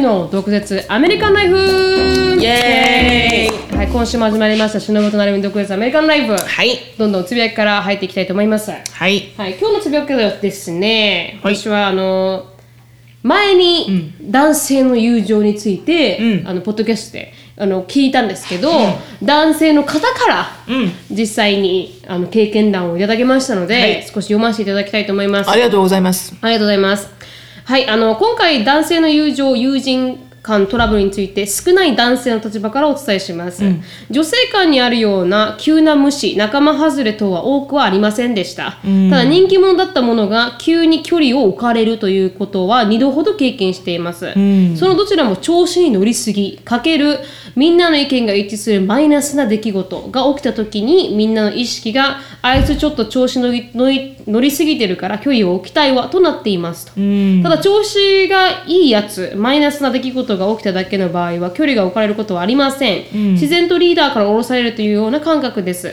の毒舌アメリカンライフイエーイ、はい、今週も始まりました忍ぶとなるみの毒舌アメリカンライフはいどんどんつぶやきから入っていきたいと思いますはいはい今日のつぶやきはですね、はい私はあの前に男性の友情について、うんあのポッドキャストであの聞いたんですけど、男性の方からうん実際にあの経験談をいただきましたので、はい少し読ませていただきたいと思いますありがとうございますありがとうございます。はい、あの今回男性の友情友人間トラブルについて少ない男性の立場からお伝えします、女性間にあるような急な無視仲間外れ等は多くはありませんでした、ただ人気者だったものが急に距離を置かれるということは2度ほど経験しています、そのどちらも調子に乗りすぎかけるみんなの意見が一致するマイナスな出来事が起きた時にみんなの意識があいつちょっと調子乗り乗り乗りすぎてるから距離を置きたいわとなっていますと、ただ調子がいいやつマイナスな出来事が起きただけの場合は距離が置かれることはありません、自然とリーダーから降ろされるというような感覚です、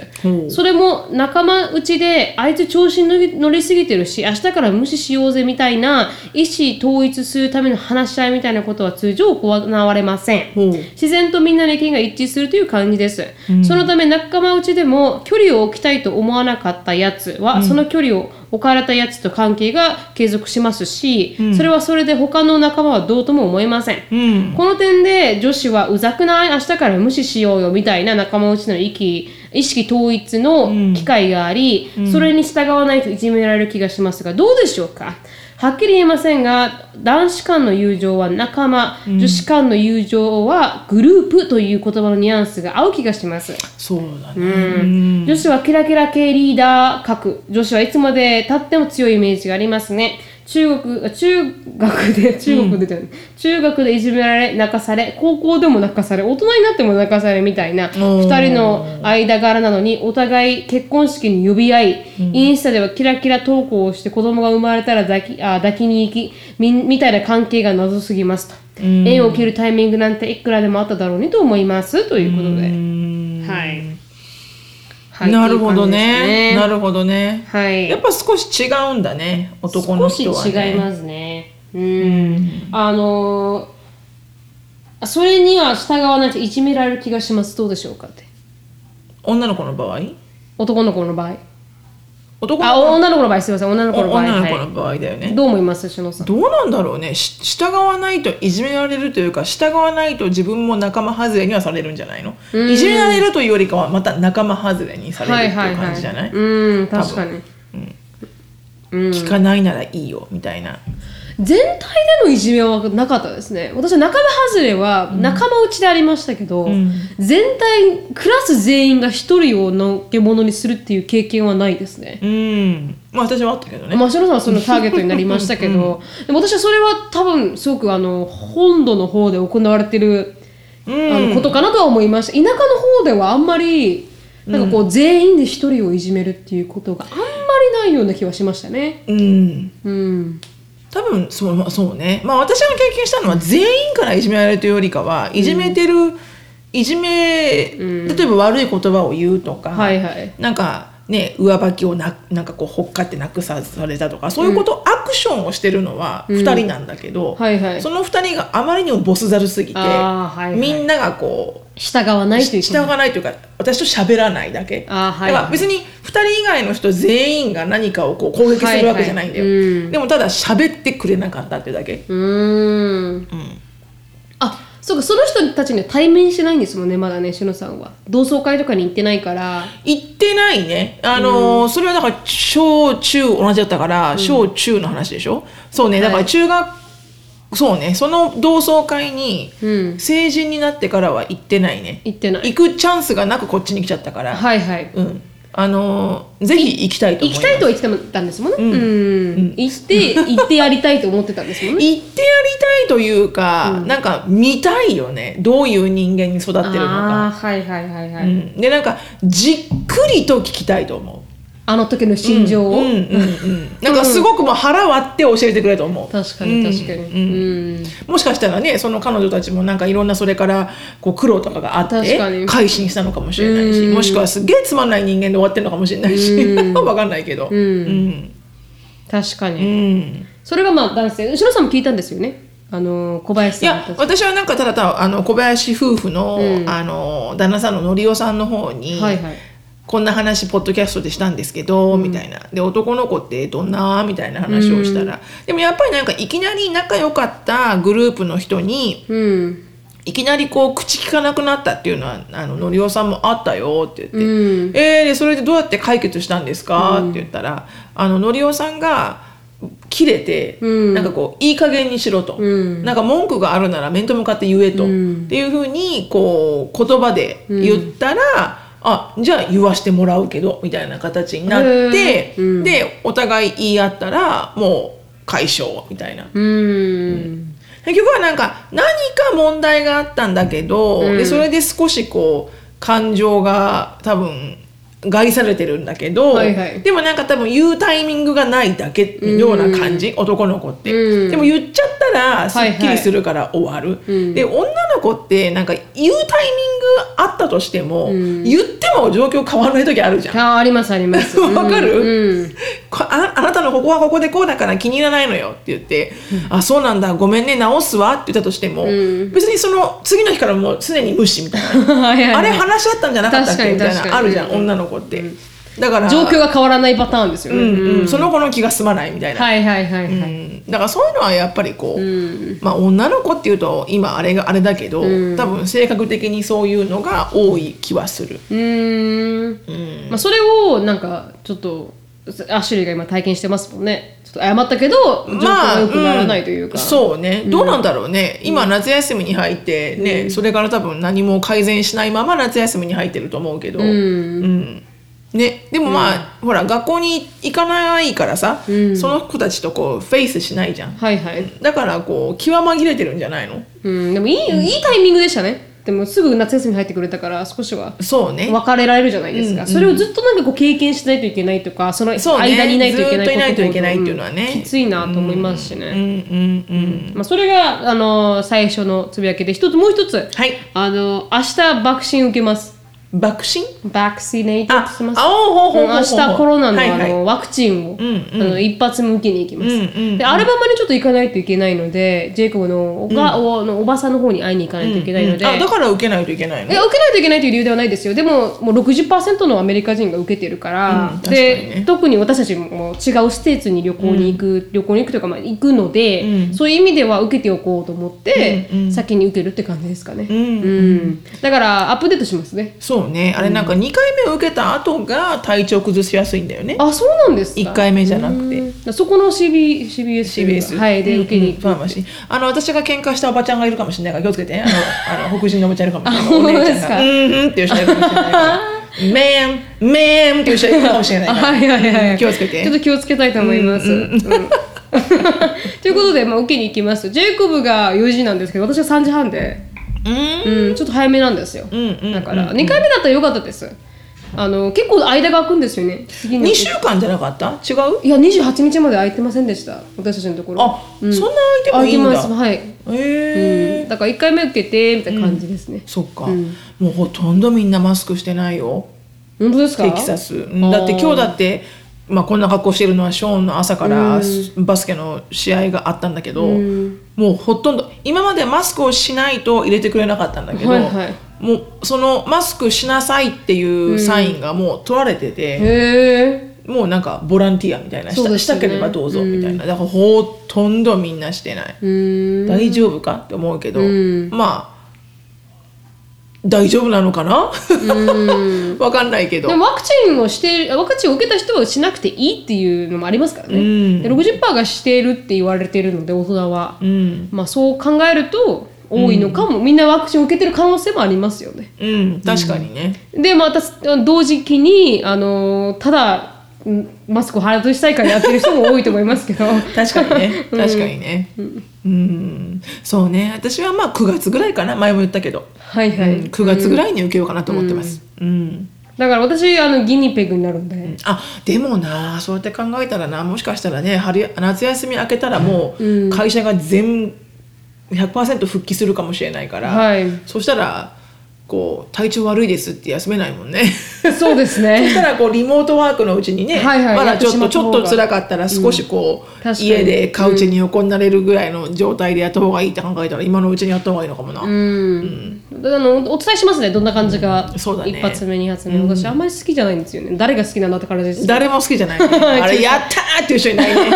それも仲間内であいつ調子に乗り乗りすぎてるし明日から無視しようぜみたいな意思統一するための話し合いみたいなことは通常行われません、ほう自然とみんなの意見が一致するという感じです、そのため仲間内でも距離を置きたいと思わなかったやつは、その距離を置かれたやつと関係が継続しますし、それはそれで他の仲間はどうとも思えません、うんこの点で女子はうざくない明日から無視しようよみたいな仲間内の意識意識統一の機会があり、それに従わないといじめられる気がしますがどうでしょうかはっきり言えませんが男子間の友情は仲間、女子間の友情はグループという言葉のニュアンスが合う気がします。そうだね女子はキラキラ系リーダー格女子はいつまでたっても強いイメージがありますね中国中学で中国でだよね、中学でいじめられ泣かされ高校でも泣かされ大人になっても泣かされみたいなー2人の間柄なのにお互い結婚式に呼び合い、インスタではキラキラ投稿をして子供が生まれたら抱きあ抱きに行きみみたいな関係が謎すぎますと、縁を切るタイミングなんていくらでもあっただろうにと思いますということで。はい。はいなるほどねなるるほどねはい。やっぱ少し違うんだね男の人は、少ね、し違いますね。うん。あのーそれには従わないといじめられる気がします。どうでしょうかって。女の子の場合男の子の場合。男あ、の女の子の場合、すみません。女の子子の場合。女の子はの場合だよね、い、どう思いますしのさん。どうなんだろうねし従わないといじめられるというか従わないと自分も仲間外れにはされるんじゃないのいじめられるというよりかはまた仲間外れにされるっていう感じじゃない,、うん、確かに。聞かないならいいよみたいな全体でのいじめはなかったですね私は仲間外れは仲間内でありましたけど、全体クラス全員が一人をのけ者にするっていう経験はないですねうんまあ私はあったけどね、まあ、白さんはそのターゲットになりましたけど、でも私はそれは多分すごくあの本土の方で行われてる、うんあのことかなとは思いました田舎の方ではあんまりなんかこう全員で一人をいじめるっていうことがあんまりないような気はしましたね。うんうん、多分そう,、まあ、そうねまあ私が経験したのは全員からいじめられるというよりかはいじめてる、いじめ例えば悪い言葉を言うとか、はいはいなんかね上履きをななんかこうほっかってなくさされたとかそういうこと、アクションをしてるのは2人なんだけど、はいはいその2人があまりにもボスざるすぎて、あーはいはいみんながこう従わないということ従わないというか私と喋らないだけあーはいだから別に2人以外の人全員が何かをこう攻撃するわけじゃないんだよ、はいはいうんでもただ喋ってくれなかったっていうだけうーんあそうかその人たちには対面してないんですもんねまだねしのさんは同窓会とかに行ってないから行ってないねあのーそれはだから小中同じだったから小中の話でしょ、そうねだから中学、そうねその同窓会にうん成人になってからは行ってないね、行ってない行くチャンスがなくこっちに来ちゃったから、はいはいうんあのーぜひ行きたいと行き思いますたいとは言ってたんですもんねうん、行って行ってやりたいと思ってたんです もんね行ってやりたいというか、なんか見たいよねどういう人間に育ってるのああか、はいはいはいはうい、ん、でなんかじっくりと聞きたいと思うあの時の心情を、うんうん うん、なんかすごくもう腹割って教えてくれると思う確かに確かにうん、もしかしたらねその彼女たちもなんかいろんなそれからこう苦労とかがあっ確かにて改心したのかもしれないしもしくはすっげえつまんない人間で終わってるのかもしれないし わかんないけどうん確かに、うんそれがまあ男性後ろさんも聞いたんですよねあの小林いさんやとか私はなんかただただあの小林夫婦の,、うんあの旦那さんののりおさんの方に、はいはいこんな話ポッドキャストでしたんですけど、みたいなで男の子ってどんなみたいな話をしたら、でもやっぱりなんかいきなり仲良かったグループの人にうんいきなりこう口聞かなくなったっていうのはあののりおさんもあったよって言って、うんえーでそれでどうやって解決したんですか?」って言ったら、あののりおさんが切れて、うんなんかこういい加減にしろと、うんなんか文句があるなら面と向かって言えと、うんっていうふうにこう言葉で言ったら、あじゃあ言わしてもらうけどみたいな形になってへ、ーうんでお互い言い合ったらもう解消みたいなうん結局はなんか何か問題があったんだけど、うんでそれで少しこう感情が多分害されてるんだけど、はいはいでもなんか多分言うタイミングがないだけような感じ、男の子って、うんでも言っちゃったらすっきりするから終わる、うんで女の子ってなんか言うタイミングあったとしても、うん言っても状況変わらない時あるじゃん。あありますあります わかるうんうんこああなたのここはここでこうだから気に入らないのよって言って「あそうなんだごめんね直すわ」って言ったとしても、ん別にその次の日からもう常に無視みたいな はいはいはいあれ話し合ったんじゃなかった確っかけにみたい確なあかにるじゃん女の子って、だから状況が変わらないパターンですようね、んうん、その子の気が済まないみたいな、はいはいはいはい、うん、だからそういうのはやっぱりこう、んまあ女の子っていうと今あれがあれだけど、うん多分性格的にそういうのが多い気はする。うーんうんまあ、それをなんかちょっとアシュリーが今体験してますもんねちょっと謝ったけど状況が良くならないというか、まあんそうねどうなんだろうね、今夏休みに入ってね、それから多分何も改善しないまま夏休みに入ってると思うけど、うんうんね、でもまあ、ほら学校に行かないからさ、うんその子たちとこうフェイスしないじゃんはいはい、だからこう気は紛れてるんじゃないのうん、でもいい,、いいタイミングでしたねでもすぐ夏休み入ってくれたから少しはそうね別れられるじゃないですか、うんそれをずっとなんかこう経験しないといけないとかそのそうね間にいないといけないずっといないといけないっていうのはねんきついなと思いますしね、うんうんうんまあ、それが、あのー最初のつぶやきで一つもう一つ、はいあのー明日爆心受けます爆心バクシネイトあしますあおうほうほうほうほう明日コロナの,、はいはいあのワクチンを、んうんあの一発目受けに行きます、うんうんうんでアルバムにちょっと行かないといけないのでジェイコブのおが、おのおばさんの方に会いに行かないといけないので、あだから受けないといけないのえ受けないといけないという理由ではないですよでももう60%のアメリカ人が受けてるから、うん確かにでね特に私たちも違う施設に旅行に行く、旅行に行くというか、まあ、行くので、うんそういう意味では受けておこうと思って、うんうん先に受けるって感じですかね、んうんうんだからアップデートしますねそうねあれなんか2回目を受けた後が体調崩しやすいんだよねあそうなんですか1回目じゃなくててそこの CB CBS というか CBS はいでうん受けに行く、うんファーマシーあの私が喧嘩したおばちゃんがいるかもしれないから気をつけて あのあの黒人のおばちゃんいるかもしれないあお姉本当でちすかゃんがうんうんっていう人いるかもしれない から「メーンメーン」っていう人いるかもしれないあからはいはいはい、うん気をつけてちょっと気をつけたいと思います、うん ということで、まあ、受けに行きますジェイコブが4時なんですけど私は3時半で、うんうん、ちょっと早めなんですよ、うんうんだから2回目だったらよかったですあの結構間が空くんですよね次の2週間じゃなかった違ういや28日まで空いてませんでした私たちのところあ、うんそんな相手もいいん空いだてますはい、へえ、うんだから1回目受けてみたいな感じですね、そっか、うんもうほとんどみんなマスクしてないよ本当ですかテキサスうんあーだって今日だって、まあ、こんな格好してるのはショーンの朝からバスケの試合があったんだけど、うんもうほとんど今までマスクをしないと入れてくれなかったんだけど、はいはいもうそのマスクしなさいっていうサインがもう取られてて、へえもうなんかボランティアみたいな、しそうたですしたよねければどうぞみたいな、だからほとんどみんなしてない、うーん大丈夫かって思うけど、うんまあ大丈夫なのかな わかんないけどでもワクチンをしてワクチンを受けた人はしなくていいっていうのもありますからね、うんで60%がしているって言われてるので大人は、うんまあ、そう考えると多いのかも、みんなワクチンを受けてる可能性もありますよねうん、確かにね。でまた同時期にあのただうんマスクを腹としたいからやってる人も多いと思いますけど確かに ね。確かにね。うん。そうね。私はまあ9月ぐらいかな。前も言ったけど。はいはうい、ん、9月ぐらいに受けようかなと思ってます。うん。だから私あのギニペグになるんで、あ、でもな、そうやって考えたらな、もしかしたらね、春夏休み明けたらもうう会社が全100%復帰するかもしれないから、はいそしたらこう体調悪いですって休めないもんねそうですそねしたらこうリモートワークのうちにね、はいはいまだちょっやとってちしまょっった方とが辛かったら少しこ確う、かに家でカウチに横になれるぐらいの状態でやった方がいいって考えたら今のうちにやった方がいいのかもな、うん、あのお伝えしますねどんな感じがうんそうだね一発目二発目、私あんまり好きじゃないんですよね誰が好きなんだって感じです誰も好きじゃない、ね、あれやったーっていう人いないね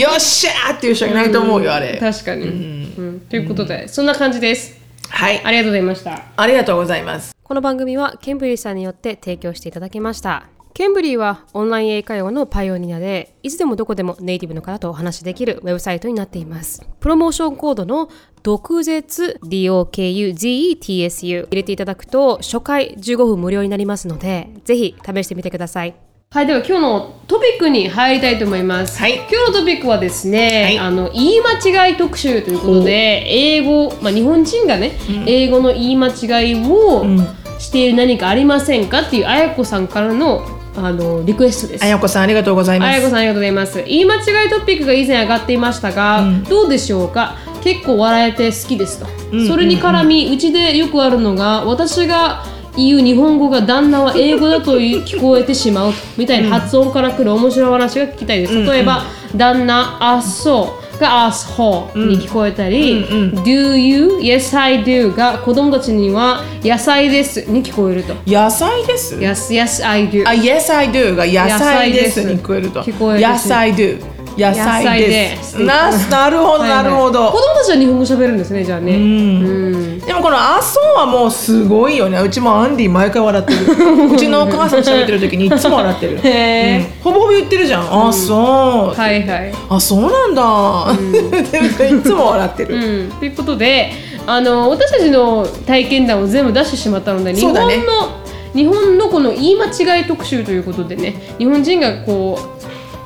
よっしゃーっていう人いないと思うよあれ、確かに、うんということで、そんな感じですはいありがとうございましたありがとうございますこの番組はケンブリーさんによって提供していただきましたケンブリーはオンライン英会話のパイオニアでいつでもどこでもネイティブの方とお話しできるウェブサイトになっていますプロモーションコードの毒舌 DOKUZETSU 入れていただくと初回15分無料になりますのでぜひ試してみてくださいはいでは今日のトピックに入りたいと思います、はい今日のトピックはですね、はいあの言い間違い特集ということで英語、まあ、日本人がね、英語の言い間違いを、している何かありませんかっていうあやこさんからのあのリクエストです。ああややこさんありがとうございますこさんありがとうございます。言い間違いトピックが以前上がっていましたが、どうでしょうか結構笑えて好きですと。それに絡み、うちでよくあるのが私が言う日本語が旦那は英語だという聞こえてし まうとみたいな発音からくる面白い話が聞きたいです。例えば、旦那、あっそうがアスホーに聞こえたり、Do you? Yes, I do が子供たちには野菜ですに聞こえると。野菜です、 Yes, yes, I do. あ Yes I do が野野菜です菜ですに聞こえると聞こえるし Yes I do 野菜です野菜なですなるほどなるほはいはい子ど供たちは日本語喋るんですね、じゃあね。うんでもこのあそうはもうすごいよねうちもアンディ毎回笑って るうちのお母さんと喋ってる時にいつも笑ってる、へーうんほぼほぼ言ってるじゃんあそうはいはい。あそうなんだ でいつも笑ってるうん、ということであの私たちの体験談を全部出してしまったので、日そ本うのだね日本のこの言い間違い特集ということでね日本人がこう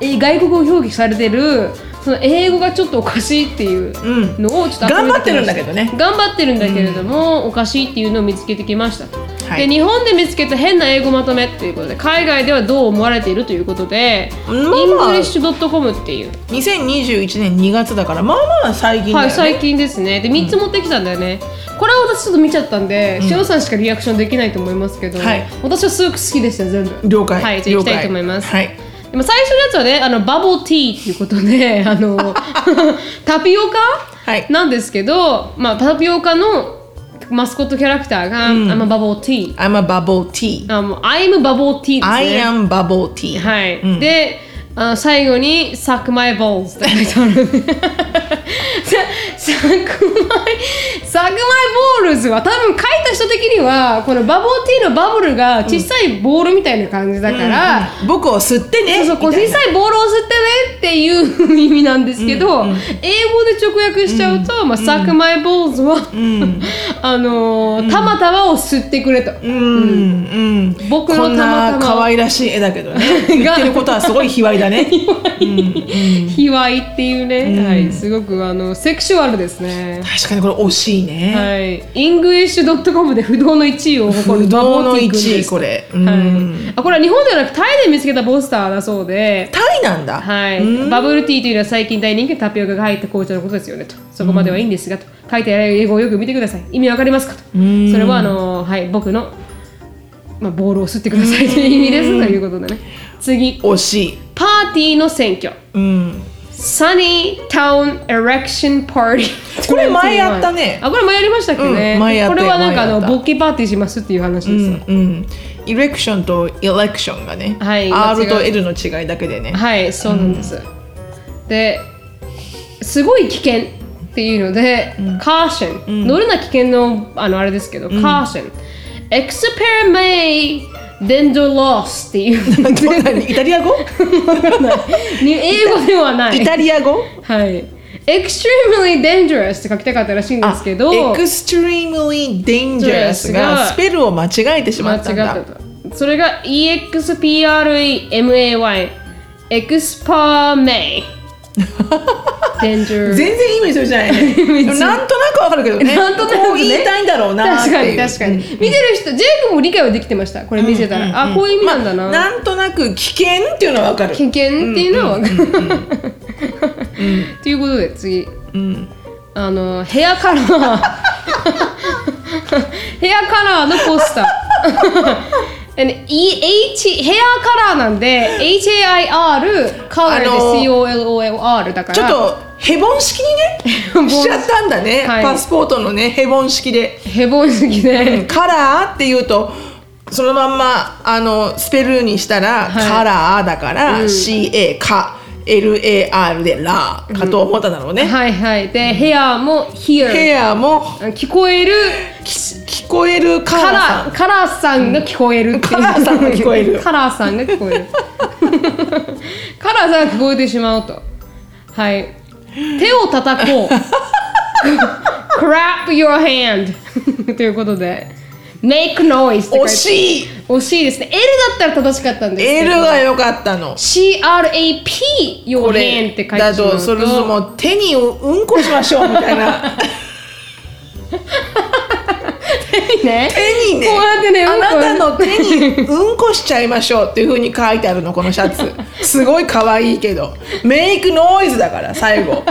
え外国語表記されてるその英語がちょっとおかしいっていううんのをちょっと集めきました頑張ってるんだけどね頑張ってるんだけれども、おかしいっていうのを見つけてきました、はでい日本で見つけた変な英語まとめっていうことで海外ではどう思われているということで、まあ english.com っていう2021年2月だからまあまあ最近だはよい、ね、最近ですね。で、3つ持ってきたんだよね。これは私ちょっと見ちゃったんで、しおさんしかリアクションできないと思いますけど、はい私はすごく好きでしたよ、全部。了解はい、じゃあ行きたいと思います。了解はいでも最初のやつはね、あの、バボティーっていうことで、 あ の、タピオカ、はいなんですけど、まあ、タピオカのマスコットキャラクターが、あの、バボティー。 I'm a bubble tea あもう、アイムバボティーですね。 I am bubble tea はい、うんであの最後に「suck my balls」って書いてある さ suck my suck my balls は多分書いた人的にはこのバボーティーのバブルが小さいボールみたいな感じだから、僕を吸ってねそうそう小みたいさないボールを吸ってねっていう意味なんですけど、英語で直訳しちゃうと「まあ、suck my balls は」あのーたまたまを吸ってくれと。うんうん僕このんたまたまな可愛らしい絵だけどね 言ってることはすごい卑猥だね卑猥っていうね、はい、すごくあのセクシュアルですね。確かにこれ惜しいね、はい、english.com で不動の1位を誇る不動のバボティ君1で位すこれ、うんはい、あこれは日本ではなくタイで見つけたポスターだそうで、タイなんだ、はい、バブルティーというのは最近大人気のタピオカが入った紅茶のことですよねとそこまではいいんですがと書いてある英語をよく見てください意味わかりますかとそれはあの、はい、僕の、まあ、ボールを吸ってくださいという意味ですということでね次惜しいパーティーの選挙うんサニータウンエレクションパーティー。 これ前やったねあ、これ前やりましたっけね。うん前やったこれはなんかあの前やったボッキーパーティーしますっていう話うですよ。んうんエレクションとエレクションがね、はい間違い R と L の違いだけでね、はい、そうなんです。で、すごい危険っていうので、カーション、乗るな危険のあのあれですけど、カーション、エクスペリメイデンドロスっていうこれ何イタリア語に 英語ではない。イタリア語はい。extremely dangerous って書きたかったらしいんですけど。エクストリームリーデンジャラスががスペルを間違えてしま間違っったんただとそれが EXPREMAY エクスパーメイ Danger 全然いい味噌じゃない ねでもなんとなくわかるけどねなんとなくねこう言いたいんだろうなって確かいにう確かに、見てる人ジェイクも理解はできてましたこれ見せたら、あこういう意味なんだな、まあなんとなく危険っていうのはわかる危険っていうのは分かるということで次うん あの部屋からヘアカラーのポ スター And E- H ヘアカラーなんで HAIR カラーであの COLOR だからちょっとヘボン式にボ ンねしちゃったんだね、はいパスポートのねヘボン式でヘボンすぎでカラーっていうとそのまんまあのスペルにしたはら、いカラーだから、CA か LAR でラーかと思っただろうね、はいはいでヘアも Here ヘアも聞こえる聞こえるカカラーさラんーカラーさんが聞こえるっていうカラーさんが聞こえるカラーさんが聞こえるカラーさんが聞こえてしまうとはい手を叩こう Clap your hand ということで Make noise って書いて惜しい惜しいですね L だったら正しかったんですけ L どが良かったの CRAP こ your hand って書いてしまだうととそれとも手にうんこしましょうみたいな ね手にねこうやってねあうんこなたの手にうんこしちゃいましょうっていうふうに書いてあるのこのシャツすごい可愛いけどメイクノイズだから最後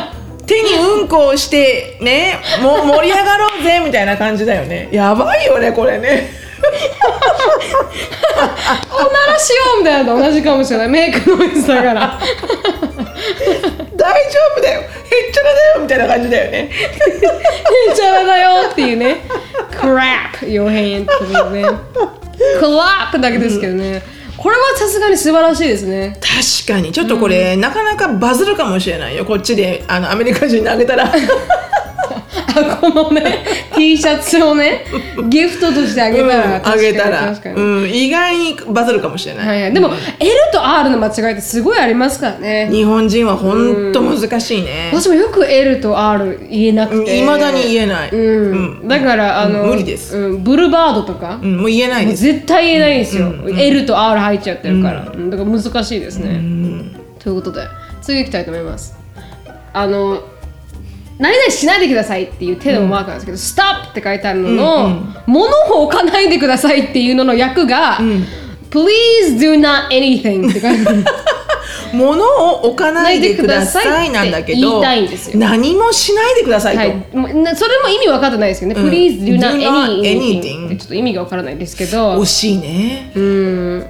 手にうんこをしてねも盛り上がろうぜみたいな感じだよねやばいよねこれねおならしようみたいなのと同じかもしれないメイクノイズだから大丈夫だよへっちゃらだよみたいな感じだよね へちゃらだよっていうね crap 傭変っていうね clap だけですけどね、これはさすがに素晴らしいですね確かにちょっとこれ、なかなかバズるかもしれないよこっちであのアメリカ人にあげたらあこの ね T シャツをねギフトとしてあげたら、うんあげたら確かに確かに、うん、意外にバズるかもしれない、はいはい、でも、L と R の間違いってすごいありますからね日本人はほんと難しいね私もよく L と R 言えなくていまだに言えない、うんうん、だからあの、無理ですうん、ブルーバードとか、もう言えないもうです絶対言えないですよ、L と R 入っちゃってるから、うんだから難しいですね、ということで次行きたいと思いますあの何々しないでくださいっていう手のマークなんですけど「STOP」って書いてあるのの、物を置かないでくださいっていうのの役が「Please do not anything」って書いてある物を置かないでくださいなんだけどないでくださいって言いたいんですよ何もしないでください と、はい、もうなそれも意味分かってないですよね「ん Please do not do anything」not って anything ちょっと意味が分からないですけど惜しいねうん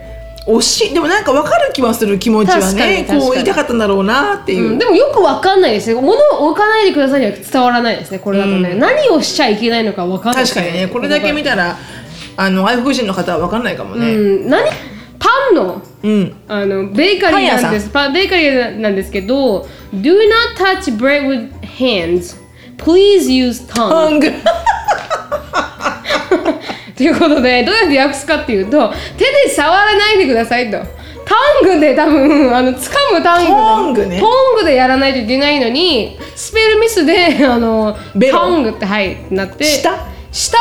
惜しいでもなんか分かる気はする気持ちは確かにね確かにこう言いたかったんだろうなっていうう、んでもよくわかんないですね物を置かないでくださいには伝わらないですねこれだとね、何をしちゃいけないのかわかんないで確す、かにねこれだけ見たらあの外国人の方は分かんないかもうねん何パンのうんあのベーカリーなんですパンベーカリーなんですけど Do not touch bread with hands Please use ハ tongue ングということでどうやって訳すかっていうと手で触らないでくださいとタングで多分あの掴むタングトングねトングでやらないといけないのにスペルミスであのベロトングってはいなって舌舌を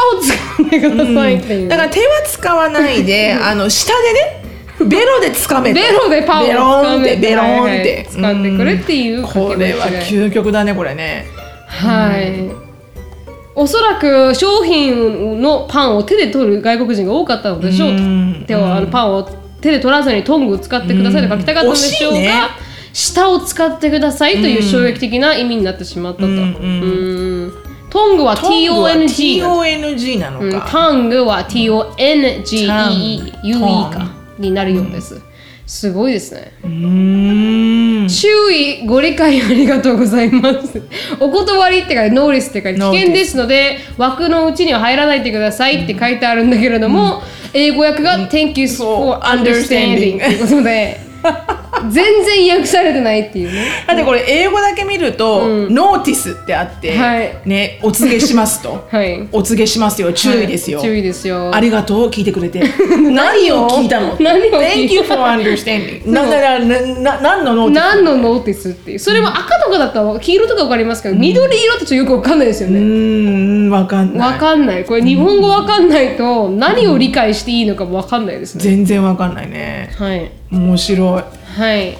掴んでくださいっていう、だから手は使わないであの下でねベロで掴めてベロでパンをベロー掴ンんっでてベローンってはいはい掴んでくれっていううんこれは書き間違い究極だねこれねはい、おそらく商品のパンを手で取る外国人が多かったのでしょうと、うんではあのパンを手で取らずにトングを使ってくださいと書きたかったのでしょうが、うん惜しいね舌を使ってくださいという衝撃的な意味になってしまったと、うんうんうんトングは TONG なんだ TONG なうのん、かタングは TONGEUE タかになるようです、すごいですねうーん注意ご理解ありがとうございます お断りって書いてノーリスって書いて危 Notice 険ですので枠のうちには入らないでくださいって書いてあるんだけれども、英語訳が Thank you そう for understanding understanding ということ で全然訳されてないっていうねだってこれ英語だけ見ると「ノーティス」ってあってはいねお告げしますと はいお告げしますよ注意ですよはい注意ですよありがとう聞いてくれて何を聞いたの何を聞い Thank た you for understanding なななな何のノーティス何のノーティスっていうそれも赤とかだったら黄色とかわかりますけど、緑色ってちょっとよくわかんないですようねーんわかんないわかんないこれ日本語わかんないと何を理解していいのかもわかんないですね、全然わかんないねはい面白いはい。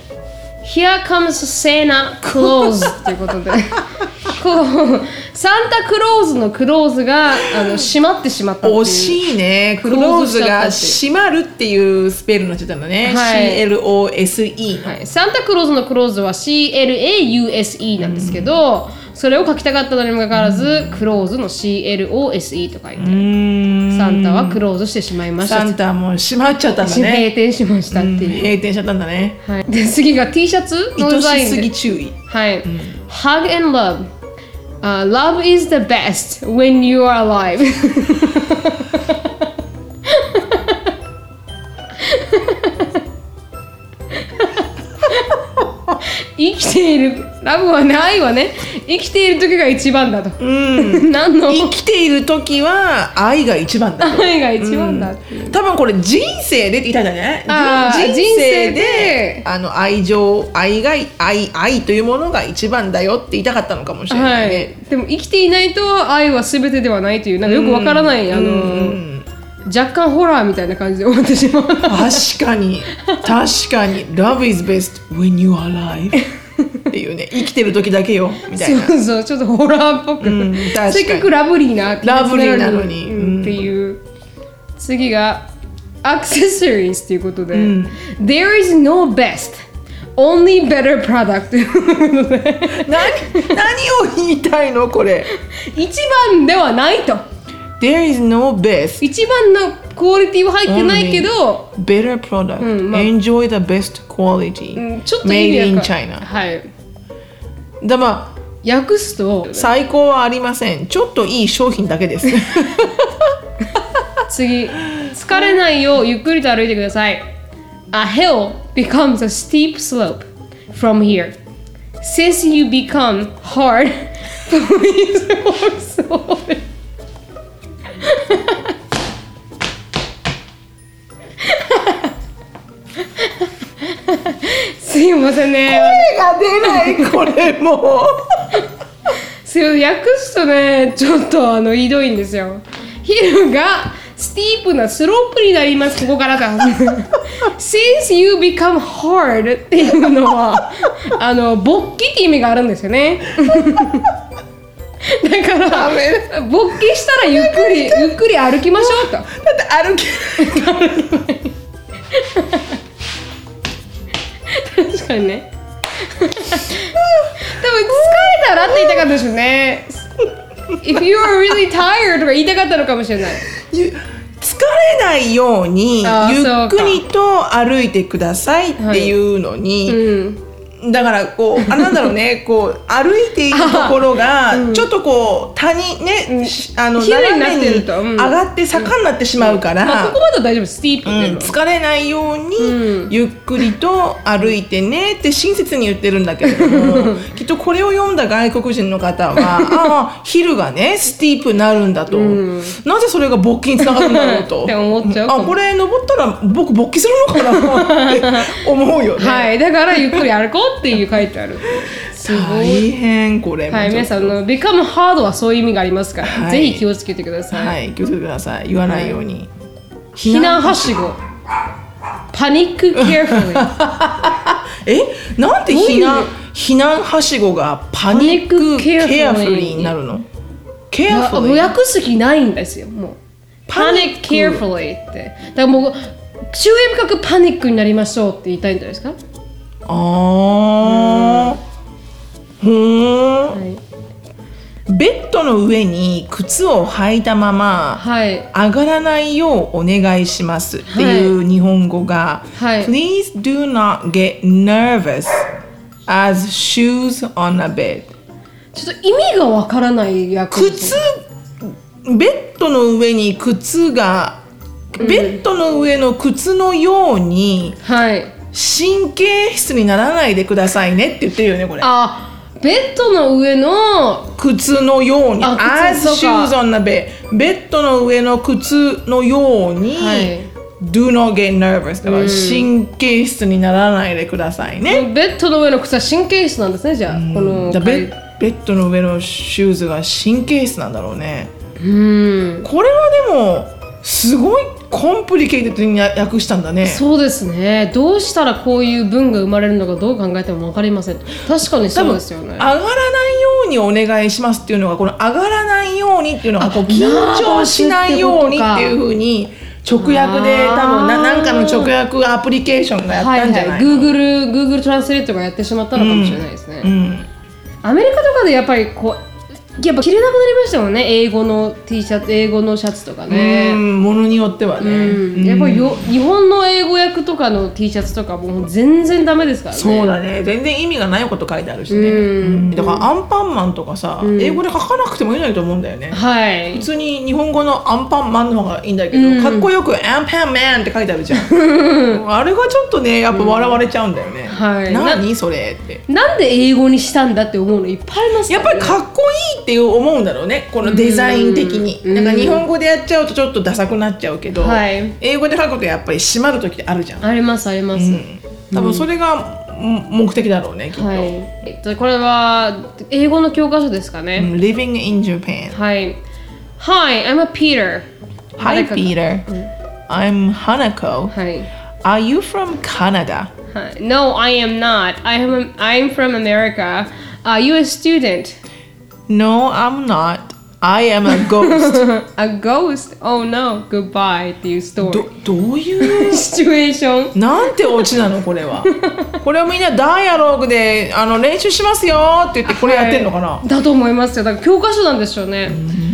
Here comes Santa Claus ということで。こうサンタクローズのクローズがあの閉まってしまったっていう惜しいねククロローーズズしちゃったってが閉まるっていうスペルになっちゃったんだね、はい CLOSE の、はい、サンタクローズのクローズは CLAUSE なんですけど、それを書きたかったのにもかかわらず、クローズの CLOSE と書いてある、サンタはクローズしてしまいましたサンタもう閉まっちゃったんだね閉店しましたってうんいう、閉店しちゃったんだねはい、で次が T シャツのデ愛ザイしンすでぎ注意はい、Hug and love、あ Love is the best when you are alive 生きているラブはないわね生きている時が一番だと、 何の生きている時は愛が一番だ愛が一番だっていう、多分これ人生でって言いたいんだねあー人人生生でであの愛情愛が愛愛というものが一番だよって言いたかったのかもしれはないい、ね、でも生きていないと愛は全てではないというなんかよくわからない、あの、若干ホラーみたいな感じで終わってし まう確かに確かに「Love is best when you are alive」っていうね生きてる時だけよみたいなそうそうちょっとホラーっぽく、うん確かにせっかくラブリーなラブリーなのうにんうんっていう次がアクセサリーズということで、There is no best only better product ということで何何を言いたいのこれ一番ではないと There is no best 一番のクオリティは入ってないけど、 better product、うんまあ enjoy the best quality、うんちょっと意 made 味 in わか China はいだまあ訳すと最高はありませんちょっといい商品だけです次疲れないようゆっくりと歩いてください A hill becomes a steep slope from here since you become hard please walk slowly すいませんね手が出ないこれもそれを訳すとねちょっとあのひどいんですよヒルがスティープなスロープになりますここからが Since you become hard っていうのはあの勃起って意味があるんですよねだからダメ勃起したらゆっくりゆっくり歩きましょうとうだって歩け確かにね多分疲れたらって言いたかったでしょうね If you are really tired とか言いたかったのかもしれないゆ疲れないようにあーゆっくりと歩いてくださいっていうのに、うんだからこうあなんだろ うねこう歩いているところがちょっとこう谷ね、しあの綺麗になってると斜めうにん上がって坂になってしまうかまあ、こらこ。までは大丈夫ですスティープうっんていうのは、疲れないよううにゆっくりと歩いてねって親切に言ってるんだけれどもきっとこれを読んだ外国人の方はああ昼がねスティープになるんだと、なぜそれが勃起につながるんだろう とって思っちゃうかもあこれ登ったら僕勃起するのかなって思うよね、はいだからゆっくり歩こうっていう書いてあるすごい大変これもはいちょ皆っとさんあの「become hard」はそういう意味がありますから、はいぜひ気をつけてください、はい気をつけてください言わないように、避難はしごパニック carefully えなんでどういう避難避難はしごがパニッパニッククケケアアフルにフルになるのケアフル予に約す気ないんですよもうパパニニッックク carefully ってだからもう注意深くパニックになりましょうって言いたいんじゃないですか、あーふーんはい、ベッドの上に靴を履いたままはい、上がらないようお願いしますっていう日本語が、はい Please do not get nervous as shoes on a bed ちょっと意味がわからない役靴ベッドの上に靴がベッドの上の靴のようにはい神経質にならないでくださいねって言ってるよねこれあベッドの上の靴のようにあ靴そ as うか shoes on the bed ベッドの上の靴のように、はい do not get nervous だから神経質にならないでくださいね、ベッドの上の靴は神経質なんですねじゃあこのだベかベッドの上のシューズが神経質なんだろうねいうんこれはでもすごいコンプリケイテッドに訳したんだねそうですねどうしたらこういう文が生まれるのかどう考えても分かりません確かにそうですよね上がらないようにお願いしますっていうのがこの上がらないようにっていうのがこう緊張しないようにっていうふうに直訳であー多分ななんかの直訳アプリケーションがやったんじゃないの、 Google Google トランスレートがやってしまったのかもしれないですね、うん、アメリカとかでやっぱりこうやっぱ着れなくなりましたもんね英語の T シャツ英語のシャツとかうねんものによってはうね、ん、うんやっぱりよ日本の英語訳とかの T シャツとかもう全然ダメですからねそうだね全然意味がないこと書いてあるしね、うんうんだからアンパンマンとかさ、うん英語で書かなくてもいいのにと思うんだよね、はい普通に日本語のアンパンマンの方がいいんだけど、うんかっこよくアンパンマンって書いてあるじゃんあれがちょっとねやっぱ笑われちゃうんだよね、はい何それってなんで英語にしたんだって思うのいっぱいありますやっぱりかっこいいって思うんだろうねこのデザイン的に、うんなんか日本語でやっちゃうとちょっとダサくなっちゃうけど、はい英語で書くとやっぱり締まる時ってあるじゃん、ありますあります、うん、多分それがうん目的だろうねきっと、はいえっとこれは英語の教科書ですかね、うん Living in Japan はい Hi I'm a Peter Hi 誰かが Peter I'm Hanako はい Are you from Canada? はい No I am not I am I'm from America Are you a student? No, I'm not. I am a ghost. a ghost? Oh no Goodbye っていうスト ーリどどういうーシチュエーションなんてオチなのこ れは。これをみんなダイアローグであの練習しますよって言ってこれやってんのかな、はいだと思いますよだから教科書なんでしょうね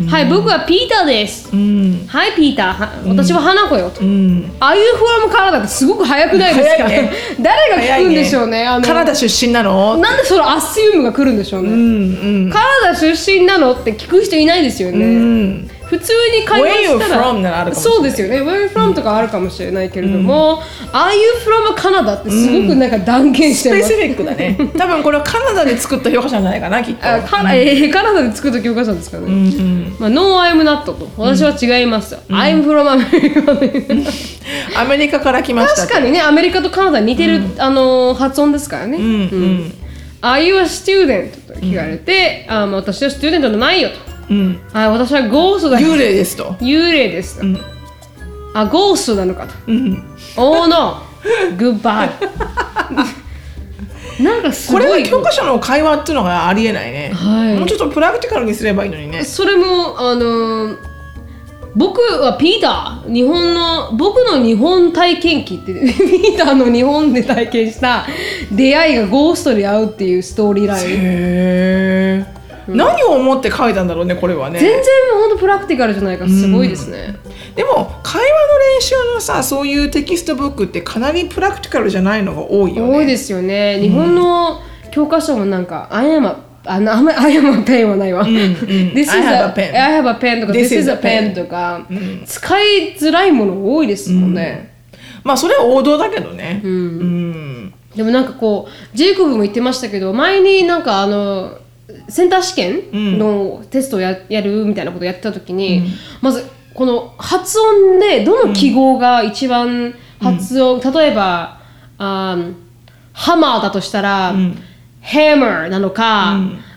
はい僕はピーターですうん。はいピーターは私は花子よとうん。ああいうフォームカナダってすごく早くないですか、早いね 誰が聞くんでしょうねあのカナダ出身なのなんでそのアッシウムが来るんでしょうね、うんうん。カナダ出身なのって聞く人いないですよね、うん。普通に会話したら Where you from ならあるかもしれないそうですよね Where you from とかあるかもしれないけれども、Are you from カナダってすごくなんか断言しスてペます、シフィックだ ね。多分これはカナダで作った評価者じゃないかなきっと。あカナえーカナダで作った教科書ですからね、うんうん。まあ、No, I'm not と私は違います、I'm from America アメリカから来ました確って。かにねアメリカとカナダ似てる、あのー発音ですからね、うんうん。 Are you a student? と聞かれて、あーまあ私はスチューデントじゃないよと。うん、あー私はゴーストだよ。幽霊ですと。幽霊ですと。んあ、ゴーストなのかと。うん、 Oh no! Goodbye! なんかすこご。れはい教科書の会話っていうのがありえないね、はいもうちょっとプラクティカルにすればいいのにね。それも、あのー僕はピーター日本の僕の日本体験記って ピーターの日本で体験した出会いがゴーストに会うっていうストーリーラインへえ、何を思って書いたんだろうねこれは全ね。然もうほんとプラクティカルじゃないからすごいですね、でも会話の練習のさそういうテキストブックってかなりプラクティカルじゃないのが多いよね。多いですよね日本の教科書もなんか「I am a あなあんまり I am a pen」はないわ「This is I have a pen I have a pen」とか「 This This is is a a pen と pen」か使いづらいもの多いですもんねまあそれは王道だけどね。うんでもなんかこうジェイコブも言ってましたけど前になんかあのセンター試験のテストをややるみたいなことやってた時に、まずこの発音でどの記号が一番発音、例えばあーハマーだとしたら、ハマーなのか、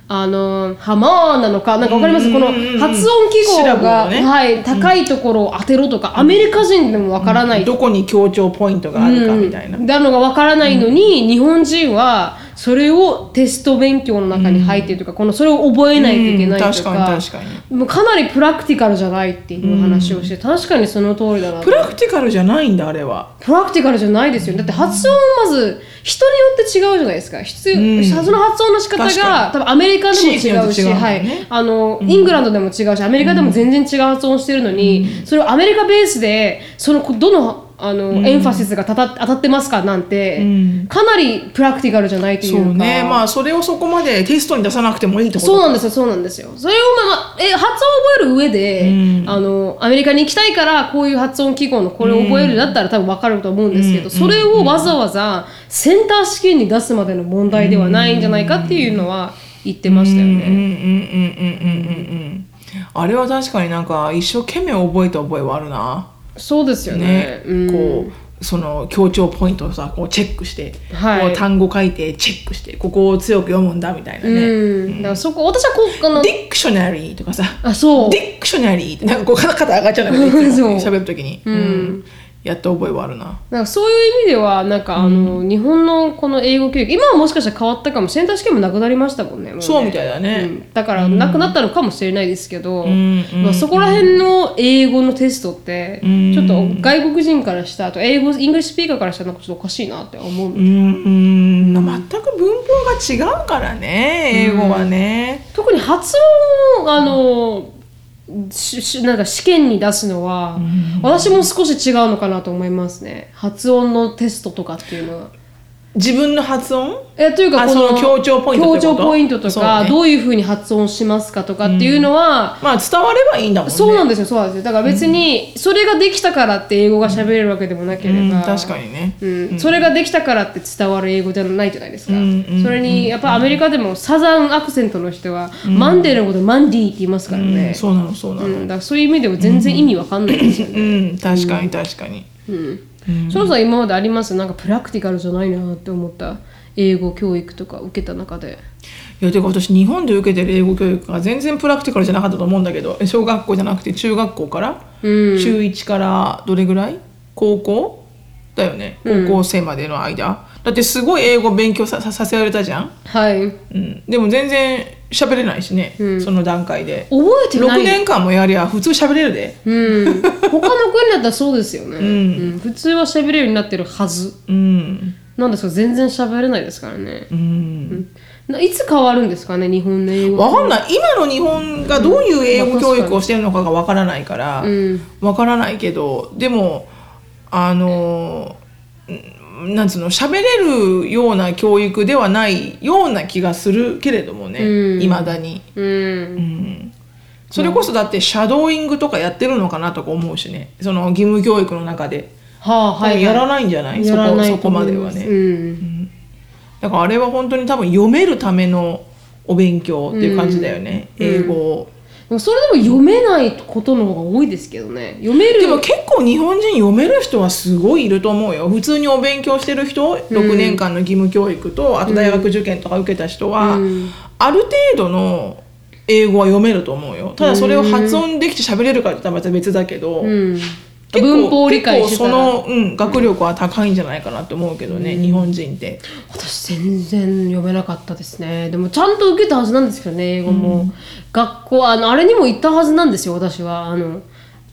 あのハマーなのかなんかわかります、うんこの発音記シラ号ブをが、ねはい、高いところを当てろとか、アメリカ人でもわからないどこに強調ポイントがあるかみたいな。なのがわからないのに、日本人はそれをテスト勉強の中に入ってるとか、このそれを覚えないといけないとか,、うん確かに確かもうかなりプラクティカルじゃないっていう話をして、確かにその通りだなプラクティカルじゃないんだあれは。プラクティカルじゃないですよねだって発音まず人によって違うじゃないですか必要、うんその発音の仕方確がか多分アメリカでも違うし地域によって違うもんねはい、あのイングランドでも違うし、アメリカでも全然違う発音してるのに、それをアメリカベースでそのどのあの、エンファシスがたた当たってますかなんて、うんかなりプラクティカルじゃないというそかうねまあそれをそこまでテストに出さなくてもいいってことそうなんだですよそうなんですよそれを、まあ、え発音を覚える上で、うんあのアメリカに行きたいからこういう発音記号のこれを覚えるだったら多分分かると思うんですけど、うんそれをわざわざセンター試験に出すまでの問題ではないんじゃないかっていうのは言ってましたようんうんね。うんうんうんうんうんうんあれは確かになんか一生懸命覚えた覚えはあるな。そうですよねね、うんこうその強調ポイントをさこうチェックして、はいこう単語書いてチェックしてここを強く読むんだみたいなうね、ん、だからそこ私はこうあのディクショナリーとかさあそうディクショナリーってなんかこう肩上がっちゃうんだけどいつ もそ喋る時に、んうんやった覚えはあるななんかそういう意味ではなんか、あの日本のこの英語教育今はもしかしたら変わったかもセンター試験もなくなりましたもんねもうねそうみたいだねうんだからなくなったのかもしれないですけど、んうんまあ、そこら辺の英語のテストって、うんちょっと外国人からしたらあと英語イングリッシュスピーカーからしたらなんかちょっとおかしいなって思う、うんうんの全く文法が違うからね英語はね、特に発音をあの、ししなんか試験に出すのは、私も少し違うのかなと思いますね発音のテストとかっていうのは。自分の発音えというかあこのその強調ポイントってこと強調ポイントとそうか、ねどういうふうに発音しますかとかっていうのは、まあ伝わればいいんだもんねそうなんですよそうなんですよだから別にそれができたからって英語が喋れるわけでもなければ、うん確かにね、うん、それができたからって伝わる英語じゃないじゃないですか、うんうんそれにやっぱアメリカでもサザンアクセントの人は、マンデーのことマンディーって言いますからうねん、、そうなのそうなの、うんだからそういう意味では全然意味わかんないですよ ね、うん、確かに確かに。うんそろそろ今までありますなんかプラクティカルじゃないなって思った英語教育とか受けた中でいやてか私日本で受けてる英語教育が全然プラクティカルじゃなかったと思うんだけどえ小学校じゃなくて中学校から、うん中1からどれぐらい高校だよねうん高校生までの間、だってすごい英語勉強さささせられたじゃん、はいうん、でも全然喋れないしね、うんその段階で覚えて6ない年間もやりゃ普通喋れるでうん、他の国だったらそうですよね、んうん普通は喋れるようになってるはずうんなんですけど全然喋れないですからねうんないつ変わるんですかね日本の英語わかんない今の日本がどういう英語教育をしてるのかがわからないから、うんわからないけどでもあのんなんつうの喋れるような教育ではないような気がするけれどもねうんいま、未だに、うんうん、それこそだってシャドーイングとかやってるのかなとか思うしねその義務教育の中で、はあはい、はい、やらないんじゃないやらないそこそこまではね、うんだからあれは本当に多分読めるためのお勉強っていう感じだよね、英語を。でもそれでも読めないことの方が多いですけどね読めるでも結構日本人読める人はすごいいると思うよ普通にお勉強してる人6年間の義務教育とあと大学受験とか受けた人は、うんある程度の英語は読めると思うよただそれを発音できて喋れるかって言ったらまた別だけど、うん、結構文法を理解して結た構らその、うん、学力は高いんじゃないかなと思うけどね、日本人って私全然読めなかったですねでもちゃんと受けたはずなんですけどね英語も、学校あのあれにも行ったはずなんですよ私はあの